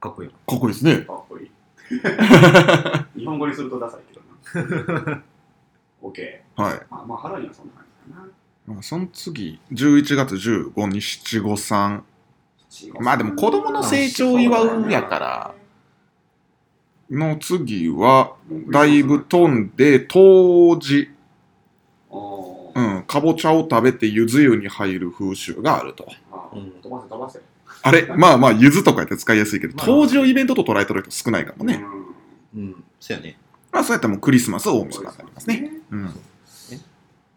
Speaker 3: かっこいいな。
Speaker 2: かっこいいですね。
Speaker 1: かっこいい。日本語にするとダサいけどな。 オッケ
Speaker 2: はい
Speaker 1: ー。。まあまあ、ハロウィンはそんな感じかな。
Speaker 2: まあその次、11月15に七五三。まあでも子供の成長を祝うんやからの次は、だいぶ飛んで、冬至、
Speaker 1: あー
Speaker 2: うん、かぼちゃを食べてゆず湯に入る風習があると。
Speaker 1: あ
Speaker 3: うん
Speaker 1: ー飛ばせ飛ばせ。
Speaker 2: あれまあまあ、ゆずとかやって使いやすいけど、
Speaker 3: まあ
Speaker 2: 冬至をイベントと捉えとる人少ないかもね。
Speaker 1: うん。
Speaker 3: うん、そうやね。
Speaker 2: まあそうやったらもうクリスマス、大晦日になりますね。
Speaker 1: ね。
Speaker 2: うん。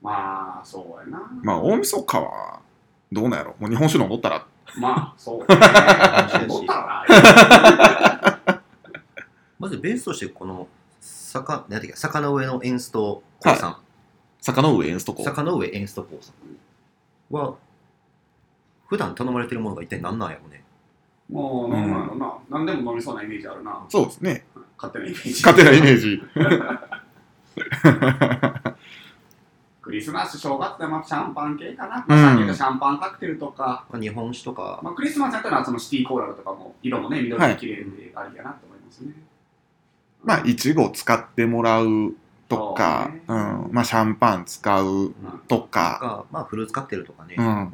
Speaker 1: まあ、そうやな。
Speaker 2: まあ大晦日は、どうなんやろもう日本酒飲んどったら、
Speaker 1: まあ、そうだ ね。戻ったらな。
Speaker 3: まずベースとして、この、坂、何やったっけ坂の上のエンストコウさん。
Speaker 2: 坂の上演すとこ。
Speaker 3: 坂の上エンストコウさんは、普段頼まれてるものが一体何なんやろね。
Speaker 1: もう、なんだろうな。何でも飲みそうなイメージあるな。
Speaker 2: そうですね。
Speaker 1: 勝手なイメージ。
Speaker 2: 勝手なイメージ。
Speaker 1: ククリスマス、正月でまあシャンパン系かな。
Speaker 2: うん
Speaker 1: まあ、さっき言ったシャンパンカクテルとか、
Speaker 3: まあ、日本酒とか、
Speaker 1: まあ、クリスマスやったらそのシティコーラルとかも色もね、緑
Speaker 2: は
Speaker 1: で
Speaker 2: い
Speaker 1: 綺麗でありやなと思いますね。
Speaker 2: まあ、いちご使ってもらうとか、
Speaker 1: そううね
Speaker 2: ん。まあ、シャンパン使うとか、
Speaker 3: かまあ、フルーツカクテルとかね、
Speaker 2: うん。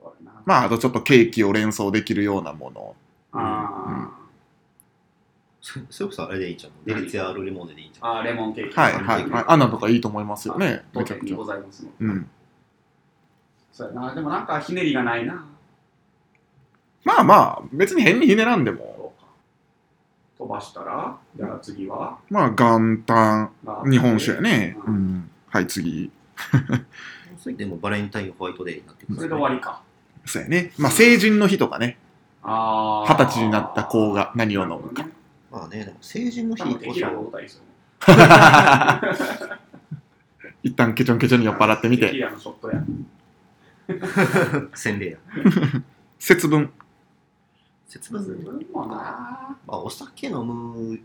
Speaker 1: そうやな
Speaker 2: まあ、あとちょっとケーキを連想できるようなもの。
Speaker 1: あ
Speaker 3: そそれこそあれでいいじゃん。デリツィア・ロレモーネでいいじ
Speaker 1: ー
Speaker 3: ゃん。
Speaker 1: あー、レモンケーキ。
Speaker 2: はいはいはい。アナとかいいと思いますよね。
Speaker 1: 当
Speaker 2: めちゃ
Speaker 1: 店
Speaker 2: く
Speaker 1: に
Speaker 2: ちゃ
Speaker 1: ご。ざいますので
Speaker 2: うん。
Speaker 1: そうやな。でもなんかひねりがないな。
Speaker 2: まあまあ、別に変にひねらんでも。
Speaker 1: そうか飛ばしたら、じゃあ次は、
Speaker 2: まあ、元旦、
Speaker 1: まあ
Speaker 2: 日本酒やね。
Speaker 1: う
Speaker 2: うんん。はい、次。
Speaker 3: それでもうバレンタインホワイトデーになってく
Speaker 1: そ
Speaker 3: る、
Speaker 1: れで終わりか。
Speaker 2: そうやね。まあ、成人の日とかね。
Speaker 1: あー
Speaker 2: 二十歳になった子が何を飲むか。
Speaker 3: まあね、でも成人の日
Speaker 1: 多分テ
Speaker 3: こ
Speaker 1: キーラの
Speaker 3: そ、
Speaker 1: 状態ですよね。
Speaker 2: 一旦ケチョンケチョンに酔っ払ってみ
Speaker 1: テキ
Speaker 2: て。
Speaker 1: ーラのショットや。
Speaker 3: 洗礼や。
Speaker 2: 節分。
Speaker 3: 節分、
Speaker 1: もな
Speaker 3: まあ、お酒飲む、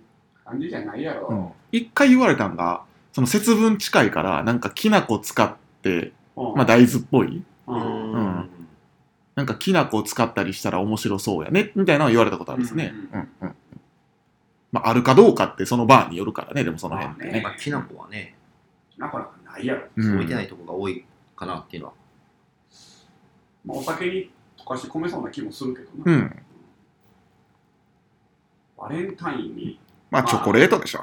Speaker 1: 感じじゃないやろ。うん
Speaker 2: 一回言われたんが、その節分近いから、なんかきな粉使って、まあ大豆っぽい
Speaker 1: うん
Speaker 2: んなんかきな粉を使ったりしたら面白そうやね、みたいなのを言われたことあるんですね。
Speaker 1: う
Speaker 2: うんんうんうんまあ、あるかどうかってそのバーによるからね、でもその辺って
Speaker 1: ま
Speaker 2: ね。
Speaker 3: まあ、きな粉はね、
Speaker 1: なかなかないやろ。
Speaker 2: うん
Speaker 3: 置いてないとこが多いかなっていうのは。
Speaker 1: まあ、お酒に溶かして込めそうな気もするけど
Speaker 2: う
Speaker 1: な。
Speaker 2: ん。
Speaker 1: バレンタインに、
Speaker 2: まあ、チョコレートでしょ。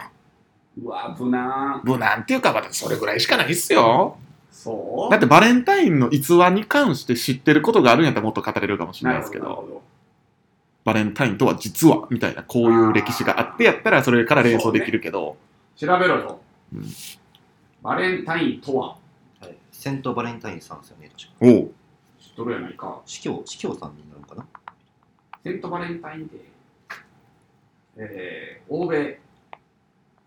Speaker 1: うわ、無難。
Speaker 2: 無難っていうか、まだそれぐらいしかないっすよ。
Speaker 1: そう
Speaker 2: だってバレンタインの逸話に関して知ってることがあるんやったらもっと語れるかもしれないですけ
Speaker 1: なる
Speaker 2: ど、
Speaker 1: ほど。
Speaker 2: バレンタインとは実は、みたいな、こういう歴史があってやったら、それから連想できるけど、
Speaker 1: 調べろよ。
Speaker 2: うん
Speaker 1: バレンタインとは、
Speaker 3: はい、セントバレンタインさんですよね、確か。
Speaker 2: おう、
Speaker 1: 知っとるやないか。
Speaker 3: 司教、司教さんになるのかな。
Speaker 1: セントバレンタインデー。えー、欧米。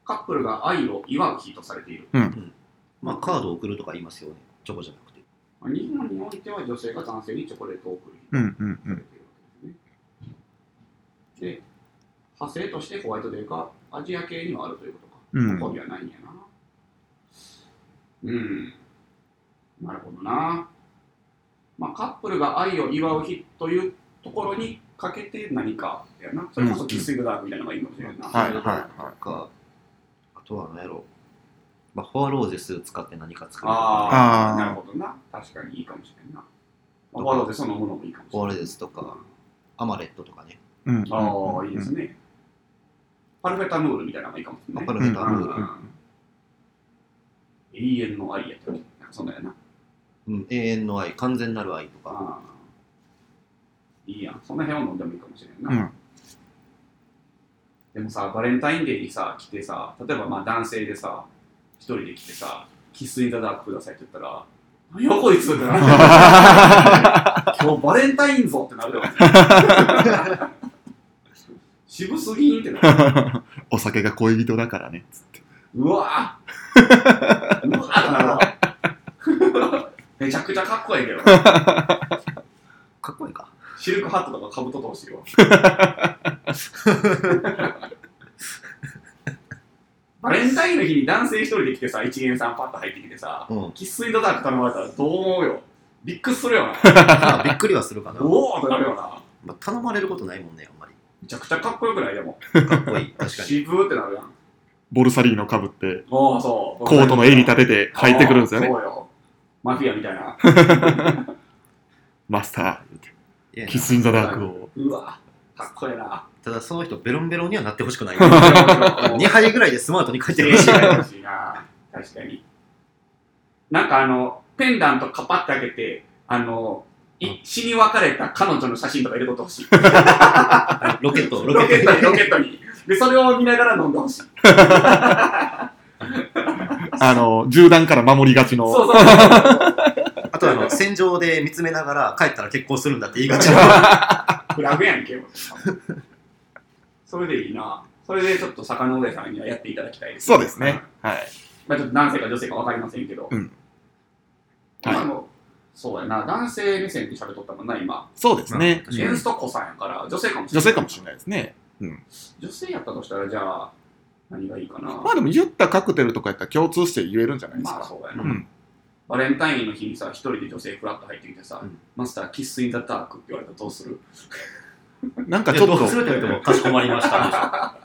Speaker 1: カップルが愛を祝う日とされている。
Speaker 3: まあ、カードを送るとか言いますよね、チョコじゃなくて。
Speaker 1: まあ日本においては女性が男性にチョコレートを贈る日。
Speaker 2: うんうん
Speaker 1: されている
Speaker 2: うん。
Speaker 1: わけですね。で、派生としてホワイトデーがアジア系にはあるということか。
Speaker 2: うん
Speaker 1: ここにはないんやな。うん。なるほどな。まあ、カップルが愛を祝う日というところにかけて何かやな。それこそキッスイングダークみたいなのがいいかもしれんな。
Speaker 2: はいはい
Speaker 3: い。か、あとは何やろ、まあ、フォアローゼス使って何か作るとか、
Speaker 1: ああ、
Speaker 2: あー
Speaker 1: なるほどな。確かにいいかもしれんな。まあ、わざわざそのものもいいかもし
Speaker 3: フォ
Speaker 1: れな
Speaker 3: アロ
Speaker 1: い。
Speaker 3: ーゼスとか、アマレットとかね、
Speaker 2: うんうんうん
Speaker 1: ああ、いいですね。パルフェタヌールみたいなのがいいかもしれな
Speaker 3: まあ
Speaker 1: い
Speaker 3: パ。ル
Speaker 2: う
Speaker 3: フェ
Speaker 2: ん
Speaker 3: タ
Speaker 2: うん
Speaker 3: ヌ
Speaker 2: う
Speaker 3: ール、
Speaker 2: ん
Speaker 1: 永遠の愛やったっけなんかそんなんやな。
Speaker 3: うん永遠の愛、完全なる愛とか、
Speaker 1: あーいいやん。その辺を飲んでもいいかもしれんな。
Speaker 2: うん
Speaker 1: でもさ、バレンタインデーにさ、来てさ、例えばまあ男性でさ、一人で来てさ、キスインザダークくださいって言ったら、何やこいつって なる。今日バレンタインぞってなるでもね。渋すぎんってなる。
Speaker 2: お酒が恋人だからね。
Speaker 1: うわ ぁうわぁってなるわめちゃくちゃかっこいいけど。
Speaker 3: かっこいいか。
Speaker 1: シルクハットとかかぶとってほしいわ。 バレンタインの日に男性一人で来てさ、一元さんパッと入ってきてさ、
Speaker 3: うん、
Speaker 1: キッスインドダーク頼まれたらどう思うよ。びっくりするよな。
Speaker 3: まあびっくりはするかな。
Speaker 1: おおってなるよな。
Speaker 3: まあ、頼まれることないもんね、あんまり。
Speaker 1: めちゃくちゃかっこよくないでも。
Speaker 3: かっこ いい、確かに。
Speaker 1: 渋ーってなるやん。
Speaker 2: ボルサリーノ被って、
Speaker 1: おお、そう。
Speaker 2: コートの襟立
Speaker 1: て
Speaker 2: てて入ってくるんですよね。
Speaker 1: そうよ。マフィアみたいな。
Speaker 2: マスタ
Speaker 3: いや
Speaker 2: ー、キスインザダークを。
Speaker 1: うわ、かっこええ な。
Speaker 3: ただ、その人、ベロンベロンにはなってほしくない。
Speaker 1: もう
Speaker 3: 2杯ぐらいでスマートに書いて
Speaker 1: 正
Speaker 3: るしい。
Speaker 1: 解欲しいな確かになんかあのペンダントカパって開けてあのい死に別れた彼女の写真とか入れとってほしい
Speaker 3: ロケット、ロ
Speaker 1: ロケッ
Speaker 3: ケッ
Speaker 1: ト
Speaker 3: ト
Speaker 1: に。ロケットにでそれを見ながら飲んでほしい
Speaker 2: あの、銃弾から守りがち
Speaker 1: そう
Speaker 2: の。
Speaker 1: そうそう
Speaker 3: あとはあの、戦場で見つめながら、帰ったら結婚するんだって言 いがち。
Speaker 1: フラグやんけもうそれでいいなそれでちょっと坂の上さんにはやっていただきたいです
Speaker 2: そうですね。はい。
Speaker 1: まあ、ちょっと男性か女性か分かりませんけど、
Speaker 2: うん
Speaker 1: まああのそうやな男性目線で喋っとったもんな今
Speaker 2: そうですね。
Speaker 3: うん
Speaker 1: ジェンストッコさんやから女性かもしれ
Speaker 2: 女
Speaker 1: ない
Speaker 2: 性かもしれないですね。
Speaker 1: 女性やったとしたらじゃあ何がいいかな
Speaker 2: まあでも言ったカクテルとかやったら共通して言えるんじゃないです
Speaker 1: まあ
Speaker 2: か。
Speaker 1: そうやな、
Speaker 2: うん
Speaker 1: バレンタインの日にさ、一人で女性フラッと入ってきてさ、
Speaker 3: うん
Speaker 1: マスター、キッスインザダークって言われたらどうす る
Speaker 2: なんか
Speaker 3: い
Speaker 2: ち
Speaker 3: や
Speaker 2: ょっ
Speaker 3: ど
Speaker 2: と
Speaker 3: うするって言っても、かしこまりました。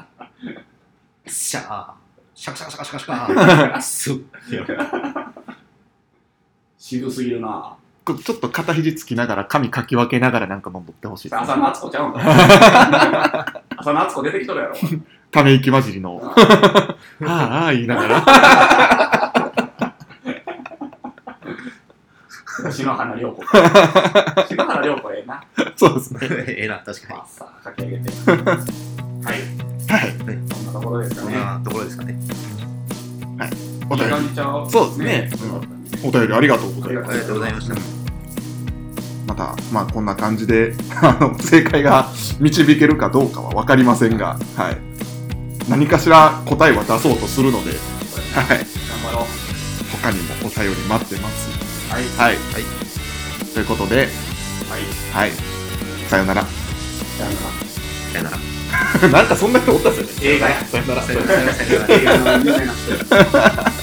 Speaker 3: シャー、シャカシャカシャカシャカシャカ、すっ。
Speaker 1: 渋すぎる な
Speaker 2: こちょっと肩肘つきながら、髪かき分けながらなんか飲んどってほしい。
Speaker 1: ぁ。浅野敦子 ちゃうんか浅野敦子出てきとるやろ。
Speaker 2: ため息混じりの、ああああ言いなが ら。
Speaker 1: 篠原 涼子。篠原涼子ええな。
Speaker 2: そうですね。
Speaker 3: ええな、確
Speaker 1: マ
Speaker 3: かに。
Speaker 1: スター、かき上げて。はい、
Speaker 2: はい。
Speaker 1: そんなところです
Speaker 3: そ
Speaker 1: か
Speaker 3: ん
Speaker 1: ね。
Speaker 3: なところですかね。
Speaker 2: お
Speaker 1: いい
Speaker 2: 便り、
Speaker 1: 感じちゃう
Speaker 2: そうですね
Speaker 1: うん
Speaker 2: お便りありがとうございます。
Speaker 3: ありがとうございました。
Speaker 2: また、まあ、こんな感じで、あの、正解が導けるかどうかは分かりませんが、はい。何かしら答えは出そうとするので、はい。
Speaker 1: 頑張ろう。
Speaker 2: 他にもお便り待ってます。
Speaker 1: はい。
Speaker 2: はい。
Speaker 3: はい
Speaker 2: ということで、
Speaker 1: はい。
Speaker 2: はい。さよ なら。
Speaker 1: じゃあな。
Speaker 3: さよなら。
Speaker 2: なんかそんな人おったっすよね。
Speaker 1: 映画や。
Speaker 2: さよなら。
Speaker 3: さよなら。
Speaker 1: 映画の有名な人。